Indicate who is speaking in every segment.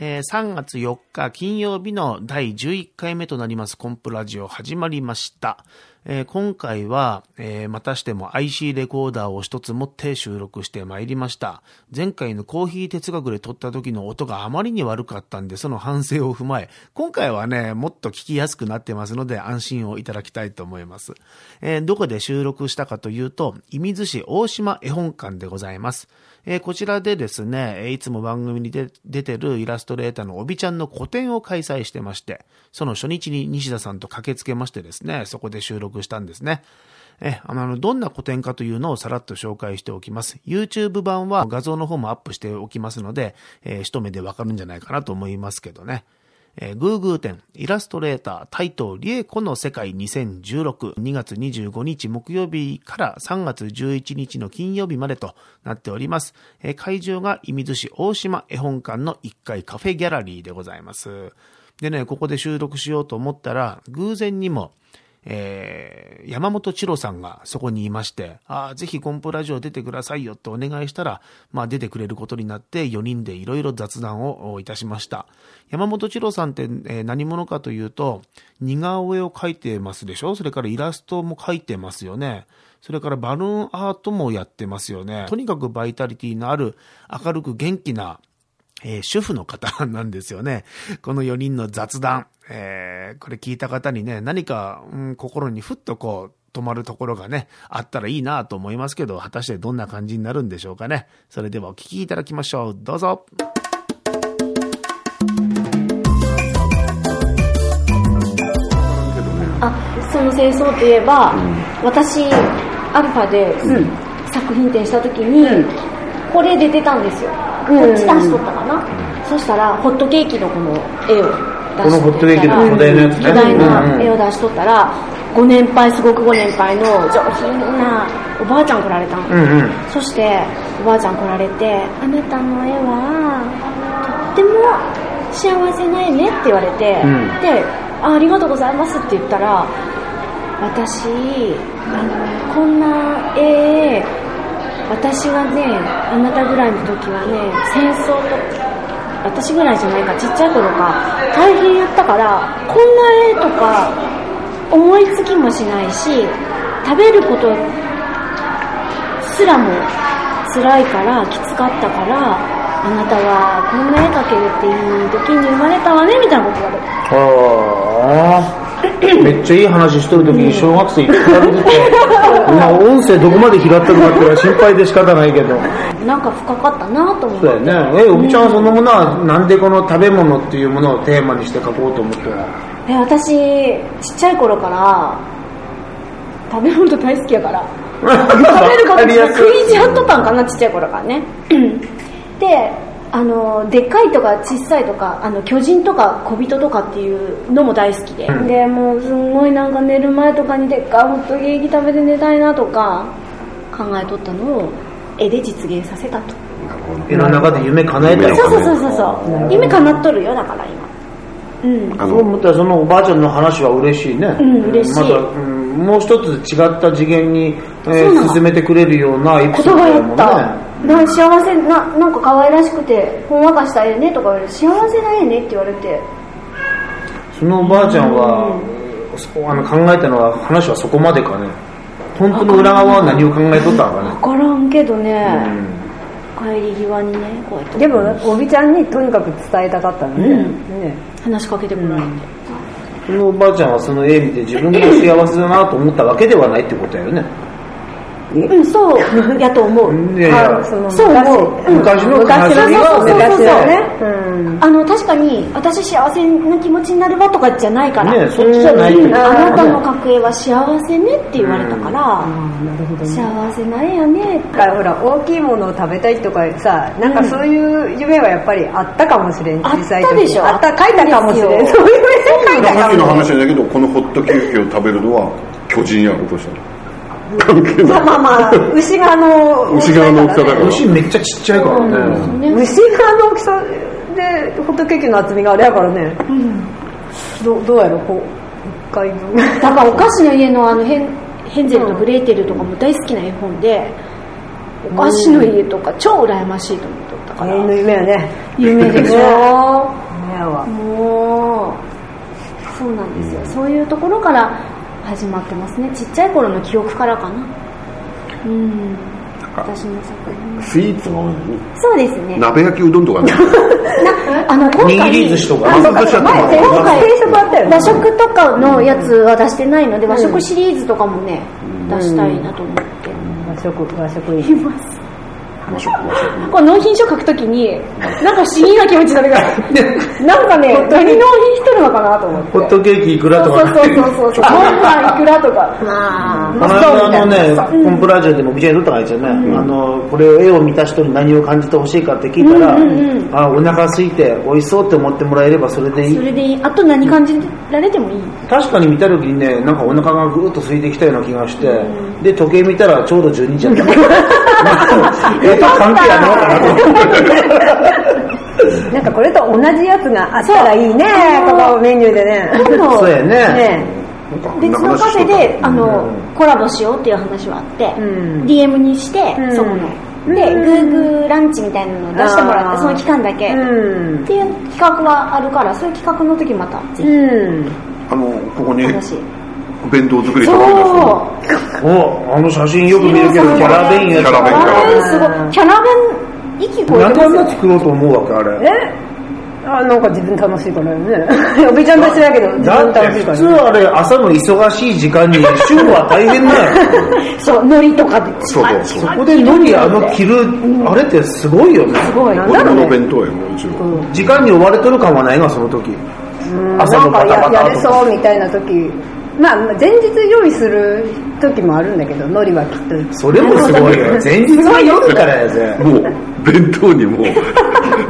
Speaker 1: 3月4日金曜日の第11回目となりますコンプラジオ始まりました。えー今回は、えーまたしても IC レコーダーを一つ持って収録してまいりました。前回のコーヒー哲学で撮った時の音があまりに悪かったんで、その反省を踏まえ、今回はね、もっと聞きやすくなってますので安心をいただきたいと思います。えーどこで収録したかというと、射水市大島絵本館でございます。えーこちらでですね、えーいつも番組にで出てるイラストレーターのおびちゃんの個展を開催してまして、その初日に西田さんと駆けつけましてですね、そこで収録したんですね。え、あの、どんな個展かというのをさらっと紹介しておきます。YouTube 版は画像の方もアップしておきますので、えー一目でわかるんじゃないかなと思いますけどね。えー、グーグー展、イラストレーター、タイトー、リエコの世界2016、2月25日木曜日から3月11日の金曜日までとなっております。えー会場が射水市大島絵本館の1階カフェギャラリーでございます。でね、ここで収録しようと思ったら、偶然にも、えー山本千郎さんがそこにいまして、ああ、ぜひコンプラジオ出てくださいよってお願いしたら、まあ出てくれることになって4人でいろいろ雑談をおいたしました。山本千郎さんって、えー何者かというと、似顔絵を描いてますでしょそれからイラストも描いてますよね。それからバルーンアートもやってますよね。とにかくバイタリティのある明るく元気なえー主婦の方 なんですよね。この4人の雑談。えーこれ聞いた方にね、何か、うん心にふっとこう、止まるところがね、あったらいいなと思いますけど、果たしてどんな感じになるんでしょうかね。それではお聞きいただきましょう。どうぞ。
Speaker 2: あその戦争といえば、私アルファで作品展した時に、これで出たんですよ、こっち出しとったかな、そしたらホットケーキのこの絵を出しとったら
Speaker 1: このホットケーキの巨大なやつね
Speaker 2: 巨大
Speaker 1: うんうん
Speaker 2: な絵を出しとったら、ご年配すごくご年配の上品なおばあちゃん来られたの、
Speaker 1: うんうん。
Speaker 2: そしておばあちゃん来られて「あなたの絵はとっても幸せな絵ね」って言われて、
Speaker 1: うん
Speaker 2: であ「ありがとうございます」って言ったら「私あのこんな絵私がねあなたぐらいの時はね戦争と私ぐらいじゃないかちっちゃい頃か大変やったからこんな絵とか思いつきもしないし食べることすらも辛いからきつかったからあなたはこんな絵描けるっていう時に生まれたわねみたいなこと言われて
Speaker 1: ああ。めっちゃいい話しとるときに小学生いっぱい歩いてて、今音声どこまで拾ったのかってのは心配で仕方ないけど。
Speaker 2: なんか深かったなと思っ
Speaker 1: そ
Speaker 2: て
Speaker 1: うだよね。え、おびちゃんはそのものは、なんでこの食べ物っていうものをテーマにして書こうと思ったら。
Speaker 2: え私ちっちゃい頃から食べ物大好きや から食べることに食い意地張っとったんかなちっちゃい頃からねうんであのでっかいとか小さいとかあの巨人とか小人とかっていうのも大好きで、でもうすんごいなんか寝る前とかにでっかいホットケーキ食べて寝たいなとか考えとったのを絵で実現させたと
Speaker 1: 絵の中で夢叶えたい
Speaker 2: そうそうそうそうそう夢叶っとるよだから今うん
Speaker 1: そう思ったらそのおばあちゃんの話は嬉しいね、
Speaker 2: うん嬉しい
Speaker 1: また、うん、もう一つ違った次元に、えー
Speaker 2: そうなの
Speaker 1: 進めてくれるようなエピソー
Speaker 2: 言
Speaker 1: ド
Speaker 2: 葉
Speaker 1: だも
Speaker 2: や
Speaker 1: ん
Speaker 2: っ
Speaker 1: ね
Speaker 2: た、な幸せななんか可愛らしくてほんわかした絵ねとか言われて幸せな絵ねって言われて
Speaker 1: そのおばあちゃんは、そうあの考えたのは話はそこまでかね本当の裏側は何を考えとったのかね
Speaker 2: 分からんけどね、
Speaker 1: うん
Speaker 2: 帰り際にねこうやって
Speaker 3: でもおびちゃんにとにかく伝えたかったのね,、ね
Speaker 2: 話しかけてもらって、
Speaker 1: そのおばあちゃんはその絵見て自分が幸せだなと思ったわけではないってことやよね
Speaker 2: うんそうやと思う、
Speaker 1: いやいや
Speaker 3: あその
Speaker 2: そう
Speaker 3: 昔
Speaker 2: 思ううん
Speaker 1: 昔の
Speaker 3: 昔のね
Speaker 2: そうそうそうそう
Speaker 3: 昔のね
Speaker 2: あの確かに私幸せな気持ちになるわとかじゃないから、
Speaker 1: ねそっちじゃない
Speaker 2: うん
Speaker 1: けど
Speaker 2: あなたの格影は幸せねって言われたから、幸せな絵やね
Speaker 3: だからほら大きいものを食べたいとかさなんかそういう夢はやっぱりあったかもしれん、
Speaker 2: あった
Speaker 3: 小さい時
Speaker 2: でしょ
Speaker 3: あった書いたかもしれ
Speaker 2: あった
Speaker 3: ん
Speaker 2: んです
Speaker 3: そういう夢書いた
Speaker 4: さっ
Speaker 3: か
Speaker 4: きの
Speaker 3: も
Speaker 4: 話
Speaker 3: し
Speaker 4: だけどこのホットケーキを食べるのは巨人やろとしたら関係
Speaker 3: れ
Speaker 4: なんい
Speaker 3: まあまあ牛があの
Speaker 4: 牛側の大きさだから
Speaker 1: 牛めっちゃちっちゃいからね、
Speaker 3: 牛がの大きさでホットケーキの厚みがあれやからね、どどうやろこう北海道
Speaker 2: だからお菓子の家のあのヘンヘンゼルとグレーテルとかも大好きな絵本で、お菓子の家とか超羨ましいと思っとったか
Speaker 3: 永
Speaker 2: ら、
Speaker 3: 遠の夢やね
Speaker 2: 有名でしょ
Speaker 3: 辺は、
Speaker 2: もうそうなんですよそういうところから始まってますねちっちゃい頃の記憶からかなうん
Speaker 4: か
Speaker 2: 私の作品
Speaker 4: スイーツも多いのに
Speaker 2: そうですねな
Speaker 4: 鍋焼きうどんとかね
Speaker 2: あの今
Speaker 5: 握
Speaker 2: 回
Speaker 5: り寿司とか
Speaker 2: あそう
Speaker 4: あ
Speaker 2: か
Speaker 4: そうか
Speaker 2: 前今回
Speaker 3: 定食あったよね
Speaker 2: 和食とかのやつは出してないので和食シリーズとかもね出したいなと思って
Speaker 3: 和食和食いい
Speaker 4: 和食和食
Speaker 2: これ納品書書くときになんか死にな気持ちになるからなんかね何納品してるのかなと思って
Speaker 5: ホットケーキいくらと
Speaker 2: そう
Speaker 5: か
Speaker 2: そうそうそうそう。そんないくらとか。
Speaker 5: こ
Speaker 2: ま
Speaker 5: の
Speaker 2: あそうみ
Speaker 5: 間
Speaker 2: た
Speaker 5: あ
Speaker 2: い
Speaker 5: の
Speaker 2: な。
Speaker 5: ね、コンプラジオでもビジュアル撮ったからですよね、あのこれを絵を見た人に何を感じてほしいかって聞いたら、あお腹空いて美味しそうって思ってもらえればそれでいい
Speaker 2: それでいい。あと何感じられてもいい。
Speaker 5: 確かに見た時にねなんかお腹がぐーっと空いてきたような気がして、で時計見たらちょうど12時だったえっと関係あるのかなと思って
Speaker 3: なんかこれと同じやつがあったらいいねこのメニューでね
Speaker 2: 今度
Speaker 5: そうやね
Speaker 3: ね
Speaker 2: 別のカフェであのコラボしようっていう話はあって、
Speaker 3: ん
Speaker 2: DM にして
Speaker 3: ん
Speaker 2: そこので Google ランチみたいなのを出してもらっ
Speaker 3: あー
Speaker 2: てその期間だけ。
Speaker 3: うん
Speaker 2: っていう企画はあるからそういう企画の時またぜ
Speaker 3: うん
Speaker 4: あのここに
Speaker 2: ひ話
Speaker 4: 弁当作りと
Speaker 2: そう
Speaker 4: かありますよね
Speaker 5: おあの写真よく見るけどキャラ弁や
Speaker 4: キャラ
Speaker 2: キャラ
Speaker 4: 弁か
Speaker 2: 弁すごいキャラ弁息超え
Speaker 5: なん
Speaker 2: て
Speaker 5: であんな
Speaker 2: ますよ
Speaker 5: 作ろうと思うわけあれ
Speaker 3: えあなんか自分楽しいからよね おびちゃんと一緒だけど自
Speaker 5: だ
Speaker 3: 分
Speaker 5: って
Speaker 3: 楽しいか
Speaker 5: 普
Speaker 3: ら
Speaker 5: 通
Speaker 3: ね
Speaker 5: あれ朝の忙しい時間に週は大変だよ
Speaker 2: そう海苔とかで
Speaker 4: そうそうそう
Speaker 5: そこでのりあの着るあれってすごいよね
Speaker 3: すごいなんだ
Speaker 4: 俺
Speaker 3: ろう
Speaker 4: の
Speaker 3: ね
Speaker 4: 弁当やもう一応
Speaker 5: 時間に追われてる感はないがその時朝
Speaker 3: な
Speaker 5: の
Speaker 3: んか
Speaker 5: バタバ
Speaker 3: やや
Speaker 5: タ
Speaker 3: れ
Speaker 5: と
Speaker 3: そうみたいな時まあ前日用意する時もあるんだけど海苔はきっと
Speaker 5: それもすご いよ前日は読んからやぜ
Speaker 4: もう弁当にもう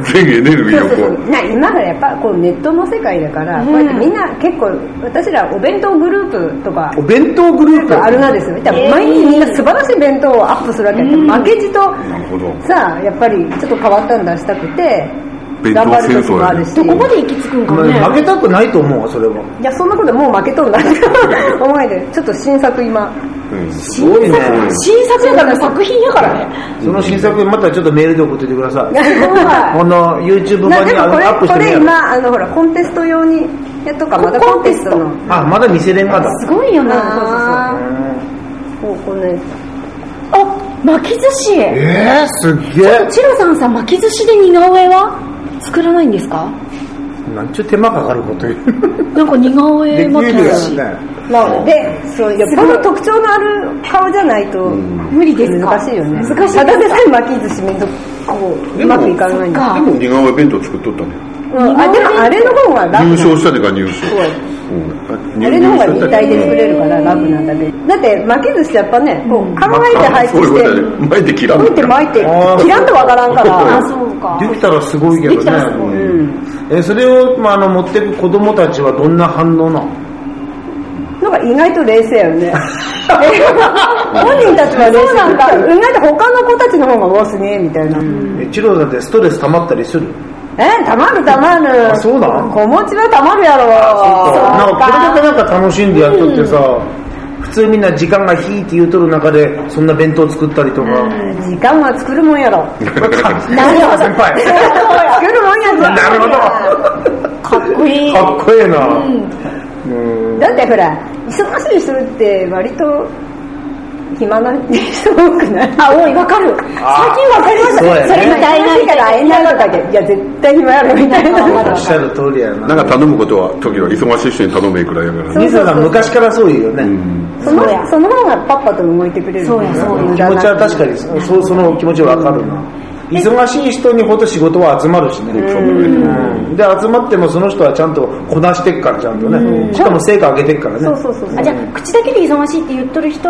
Speaker 4: 全エネルギー
Speaker 3: そう
Speaker 4: を
Speaker 3: そ
Speaker 4: こ
Speaker 3: うな今がやっぱこうネットの世界だから、こうやってみんな結構私らお弁当グループとか
Speaker 5: お弁当グループ
Speaker 3: あるがですよ多分毎日みんな素晴らしい弁当をアップするわけで、負けじと
Speaker 4: うなるほど
Speaker 3: さあやっぱりちょっと変わったの出したくて
Speaker 4: 弁当
Speaker 3: 頑張る時もあるし
Speaker 2: どこまで行き着くんかね
Speaker 5: まあ負けたくないと思うわそれはい
Speaker 3: やそんなこともう負けとんだ思いでちょっと新作今
Speaker 4: うん
Speaker 5: すごいね
Speaker 2: 新作やからね作品やからね
Speaker 5: その新作またちょっとメールで送っててください
Speaker 3: な
Speaker 5: この YouTube 版に
Speaker 3: でもこ
Speaker 5: アップ
Speaker 3: れ
Speaker 5: して
Speaker 3: こ
Speaker 5: み
Speaker 3: れ
Speaker 5: よう
Speaker 3: 今あのほらコンテスト用にやっとかまだコンテストの
Speaker 5: あまだ見せれんがだ
Speaker 2: すごいよな
Speaker 3: う
Speaker 5: うん
Speaker 3: こうこのやつ
Speaker 2: あ巻き寿司
Speaker 5: えー、すっげえ
Speaker 2: チロさんさん巻き寿司で似顔絵は作らないんですか
Speaker 5: なんちゅう手間かかること言う
Speaker 2: なんか似顔絵巻き寿司
Speaker 5: ね
Speaker 3: まあ、でそうやっぱり特徴のある顔じゃないと
Speaker 2: 無理ですか
Speaker 3: 難しいよね、
Speaker 2: 難しい
Speaker 3: ただでさえ巻き寿司めんどくこう
Speaker 4: で
Speaker 3: う
Speaker 4: も
Speaker 3: まくいかないんだ
Speaker 2: そっ
Speaker 4: でも似顔絵弁当作っとったね
Speaker 3: うんあでもあれの方が楽
Speaker 4: 入
Speaker 3: な
Speaker 4: 賞したねか入賞
Speaker 3: そう
Speaker 4: うん
Speaker 3: あれの方が立体で作
Speaker 4: ね
Speaker 3: れるから楽なんだねだって巻き寿司ってやっぱねこう考えて配置
Speaker 4: そういう
Speaker 3: し
Speaker 4: こ
Speaker 3: て
Speaker 4: とだね巻いて切らん
Speaker 3: 置いて巻いて
Speaker 5: あー
Speaker 3: 切らんとわからんから
Speaker 2: あそうか
Speaker 5: できたらすごいけどね
Speaker 2: できたらすごい
Speaker 5: うんえそれを、まあ、あの持ってく子供たちはどんな反応なの
Speaker 3: なんか意外と冷静やよね本人たちは冷静なんだ意外と他の子たちの方がうわすげえみたいな、
Speaker 5: えチロだってストレス溜まったりする
Speaker 3: えたまるたまる
Speaker 5: あそうなん
Speaker 3: 子持ちはたまるやろ
Speaker 5: なん
Speaker 3: そ
Speaker 5: かこれだけなんか楽しんでやっとってさ、普通みんな時間がひいって言うとる中でそんな弁当作ったりとか、
Speaker 3: 時間は作るもんやろ
Speaker 5: なるほど先輩
Speaker 3: 作るもんやぞ
Speaker 5: なるほ
Speaker 2: かっこいい
Speaker 5: どかっこええな、うん
Speaker 3: だってほら忙しい人って割と暇な人多くない
Speaker 2: あ多いわかる最近
Speaker 5: あ
Speaker 2: わかりました
Speaker 5: そうやね
Speaker 2: それみたいな
Speaker 3: だから会えないとかでいや絶対暇やろみたい
Speaker 2: わかる
Speaker 5: お
Speaker 3: な
Speaker 5: っしゃる通りやな
Speaker 4: なんか頼むことは時は忙しい人に頼めいくらいやからね
Speaker 5: 水野さん昔からそう言うよね、
Speaker 3: その
Speaker 2: そうや
Speaker 3: その方がパッパと動いてくれる
Speaker 2: そうやそうや
Speaker 3: 無
Speaker 5: 気
Speaker 3: 駄
Speaker 5: 持
Speaker 3: な
Speaker 5: ちは確かにそそその気持ちわかるな、忙しい人にほど仕事は集まるしね、うんで集まってもその人はちゃんとこなしてっからちゃんとね、しかも成果上げてっからね
Speaker 3: そうそうそうそう
Speaker 2: あじゃあ口だけで忙しいって言っとる人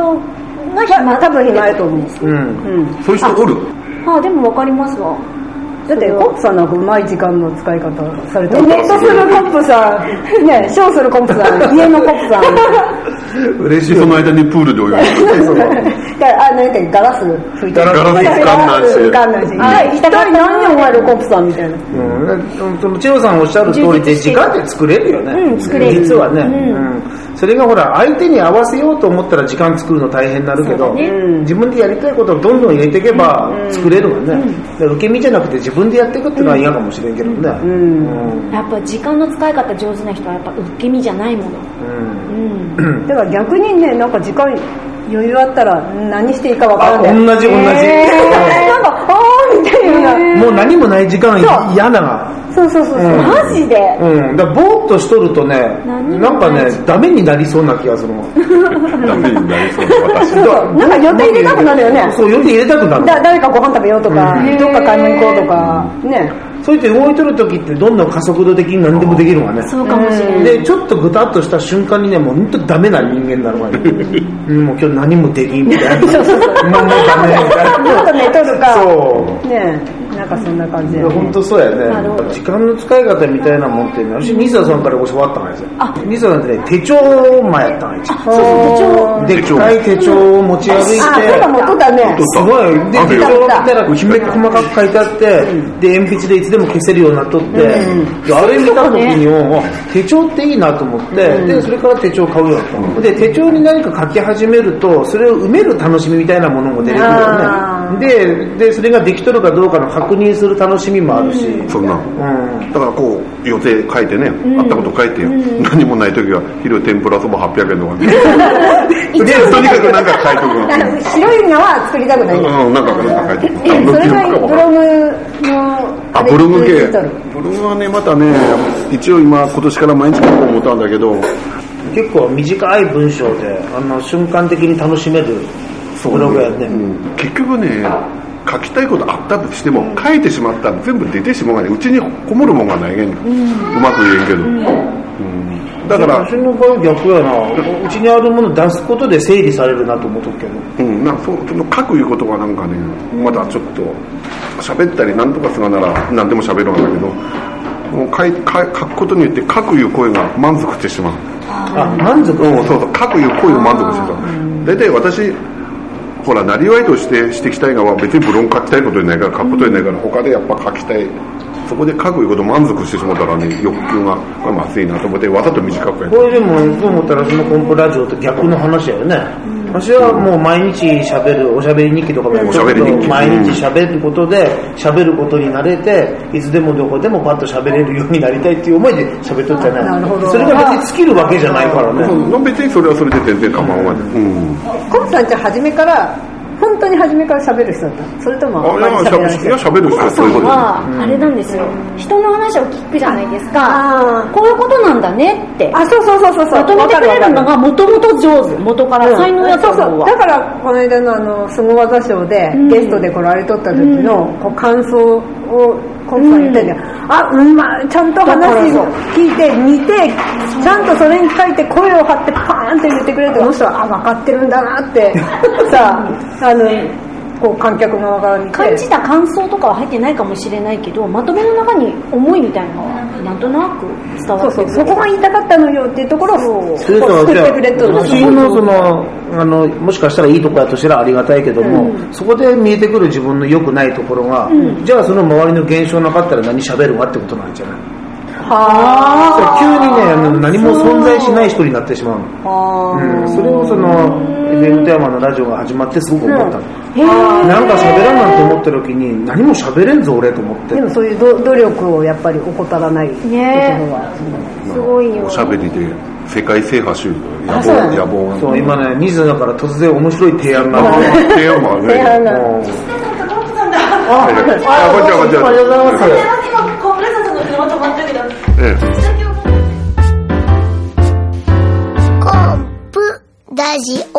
Speaker 2: が
Speaker 3: まあ多分暇やと思う
Speaker 5: うん
Speaker 3: うん
Speaker 4: そういう人おる
Speaker 2: あでもわかりますわ
Speaker 3: だってコップさんなんかうまい時間の使い方されてるネットするコップさん ねショーするコップさ ん家のコップさん
Speaker 5: 嬉しい
Speaker 4: その間にプールで泳いでる
Speaker 3: だからあなんだっけガラス拭いて
Speaker 4: ガラス
Speaker 3: ガ
Speaker 4: 浮かん
Speaker 3: ラ
Speaker 4: だ
Speaker 3: ス
Speaker 4: し
Speaker 3: 浮かんないし
Speaker 2: はい
Speaker 3: 一体何でお前のコップさんみたいな
Speaker 5: うん、その千代さんおっしゃる通りで時間って作れるよね、
Speaker 2: うん作れる
Speaker 5: 実はね、
Speaker 2: うん
Speaker 5: うんそれがほら相手に合わせようと思ったら時間作るの大変になるけど、
Speaker 2: そうだね
Speaker 3: うん
Speaker 5: 自分でやりたいことをどんどん入れていけば作れるもんね、だから受け身じゃなくて自分でやっていくっていうのは嫌かもしれんけどねうんうん
Speaker 2: やっぱ時間の使い方上手な人はやっぱ受け身じゃないもの
Speaker 5: うん
Speaker 2: うん
Speaker 3: だから逆にねなんか時間余裕あったら何していいか分からない
Speaker 5: あ同じ同じ
Speaker 3: なんかああみたいな、
Speaker 5: もう何もない時間
Speaker 3: そう
Speaker 5: 嫌だな
Speaker 3: そうそうそうそう、
Speaker 5: うん
Speaker 3: マジで
Speaker 5: うん、だからぼーっとしとるとね
Speaker 2: 何にも
Speaker 5: なんか
Speaker 2: な
Speaker 5: ね
Speaker 2: い時
Speaker 5: ダメになりそうな気がするもん
Speaker 4: ダメになりそうな私。
Speaker 3: そうそうなんか予定入れたくなるよね
Speaker 5: そう予定入れたくなる
Speaker 3: だ誰かご飯食べようとか、
Speaker 5: うん
Speaker 3: どっか買い物行こうとか、ね
Speaker 5: そうやって動いとる時ってどんどん加速度的に何でもできるわね
Speaker 2: そうかもしれない
Speaker 5: でちょっとぐたっとした瞬間にねもう本当ダメな人間になるわ け、うん、もう今日何もできんみたいな
Speaker 3: そうそうそう
Speaker 5: もうダメみたい
Speaker 3: ちょっと寝とる
Speaker 5: な
Speaker 3: か
Speaker 5: そう
Speaker 3: ねなんかそんな感じ
Speaker 5: い
Speaker 3: で、
Speaker 5: や本当そうやね
Speaker 2: なるほど
Speaker 5: 時間の使い方みたいなもんってね私西田さんから教わったんですよ
Speaker 2: あ
Speaker 5: 西田さんってね手帳前やったんですよ
Speaker 2: そうそう
Speaker 5: でっかい手帳を持ち歩いて
Speaker 3: あそうだ持っとったね
Speaker 5: すごいで
Speaker 4: ある
Speaker 5: 手
Speaker 4: よ
Speaker 5: 帳を見たらきめ細かく書いてあってで鉛筆でいつでも消せるようになっとってであれ見た時におあ手帳っていいなと思ってでそれから手帳買うようになったで手帳に何か書き始めるとそれを埋める楽しみみたいなものも出てくる
Speaker 3: あ
Speaker 5: よねででそれができとるかどうかの確認する楽しみもあるし
Speaker 4: そんなの。
Speaker 5: うん
Speaker 4: だからこう予定書いてね、あったこと書いてよ、何もない時は昼天ぷらそば800円とか ねとりあえずとにかく何か書いとく
Speaker 3: あの白いのは作りたくない、
Speaker 4: わうん何かなんか書いとく
Speaker 3: えそれがブロ
Speaker 4: ム
Speaker 3: グの
Speaker 4: あブログ系
Speaker 3: あれについてる
Speaker 4: ブログはねまたね一応今今年から毎日書こう思ったんだけど
Speaker 5: 結構短い文章であの瞬間的に楽しめるブログやね
Speaker 4: うん結局ね書きたいことあったとしても書いてしまったら全部出てしまうがねうちにこもるもんがないげんうまく言えんけど、うんだから
Speaker 5: 私の場合逆やなうちにあるもの出すことで整理されるなと思っとくけど
Speaker 4: うん、なんかそうその書くいうことがなんかね、まだちょっと喋ったりなんとかするなら何でも喋るんだけどもう書い書い書くことによって書くいう声が満足してしまう、
Speaker 5: あ満足
Speaker 4: うん、そうそう書くいう声を満足してしまう大体私ほらなりわいとしてしていきたいのは別にブログ書きたいことにないから書くことにないから他でやっぱ書きたいそこで書くいうこと満足してしまったらね欲求がこれまずいなと思ってわざと短くやる
Speaker 5: これでもそう思ったらそのコンプラジオと逆の話だよね私はもう毎日喋るおしゃべり日記とかもやっ
Speaker 4: おしゃべり日記
Speaker 5: 毎日喋ることで喋ることに慣れていつでもどこでもパッと喋れるようになりたいっていう思いで喋っとったよね
Speaker 3: なるほど
Speaker 5: それが別に尽きるわけじゃないからね
Speaker 4: うん別にそれはそれで全然構わない、うん
Speaker 3: コンさんじゃ初めから本当に初めから喋る人だったそれともあんまり喋らない
Speaker 4: いや、しゃべる人そういうこと
Speaker 2: はあれなんですよ人の話を聞くじゃないです
Speaker 3: あ
Speaker 2: か
Speaker 3: ー
Speaker 2: こういうことなんだねって
Speaker 3: あそうそうそうそうそう
Speaker 2: まとめてくれるの
Speaker 3: わ
Speaker 2: が
Speaker 3: かわか
Speaker 2: もともと上手元から才能やと
Speaker 3: そ
Speaker 2: 思
Speaker 3: う
Speaker 2: う
Speaker 3: そう
Speaker 2: わ
Speaker 3: だからこの間のあのスゴ技賞でゲストで来られとった時のこう感想をコンさん言ったじゃん、あうんまあちゃんと話を聞いて似てちゃんとそれに書いて声を張ってパーンって言ってくれてこの人はあ分かってるんだなってさああのこう観客側から見て
Speaker 2: 感じた感想とかは入ってないかもしれないけどまとめの中に思いみたいなのはなんとなく伝わ
Speaker 3: そ
Speaker 2: っ
Speaker 3: う
Speaker 2: てくる
Speaker 3: そうそこが言いたかったのよっていうところを
Speaker 5: それとは
Speaker 3: 作ってくれとる
Speaker 5: 自分のそのあのもしかしたらいいとこやとしたらありがたいけども、そこで見えてくる自分の良くないところが、じゃあその周りの現象なかったら何喋るわってことなんじゃない
Speaker 3: は
Speaker 5: そう急にねあの何も存在しない人になってしまうの
Speaker 3: あ
Speaker 5: うん、それをその FM 富山のラジオが始まってすごく思った
Speaker 2: へ
Speaker 5: の、
Speaker 2: ー
Speaker 5: なんか喋らんなんて思った時に何も喋れんぞ俺と思って
Speaker 3: でもそういう努努力をやっぱり怠らないところ
Speaker 2: ね
Speaker 3: は、
Speaker 2: すごいよ
Speaker 4: おしゃべりで世界制覇しよう野
Speaker 3: あそうな
Speaker 4: 望
Speaker 3: の
Speaker 4: 野望
Speaker 5: そう今ね西田だから突然面白い提案が
Speaker 4: あ
Speaker 5: あって
Speaker 4: あ提案もあるね
Speaker 3: 提案が
Speaker 5: もう
Speaker 4: あこ
Speaker 5: 哦
Speaker 4: んにちはこんにちは
Speaker 5: ありがとうございま
Speaker 6: これ
Speaker 5: す
Speaker 6: は今コンプレッサーさんの車止まってるけど
Speaker 4: ええ
Speaker 6: 先を
Speaker 7: コンプラジオ。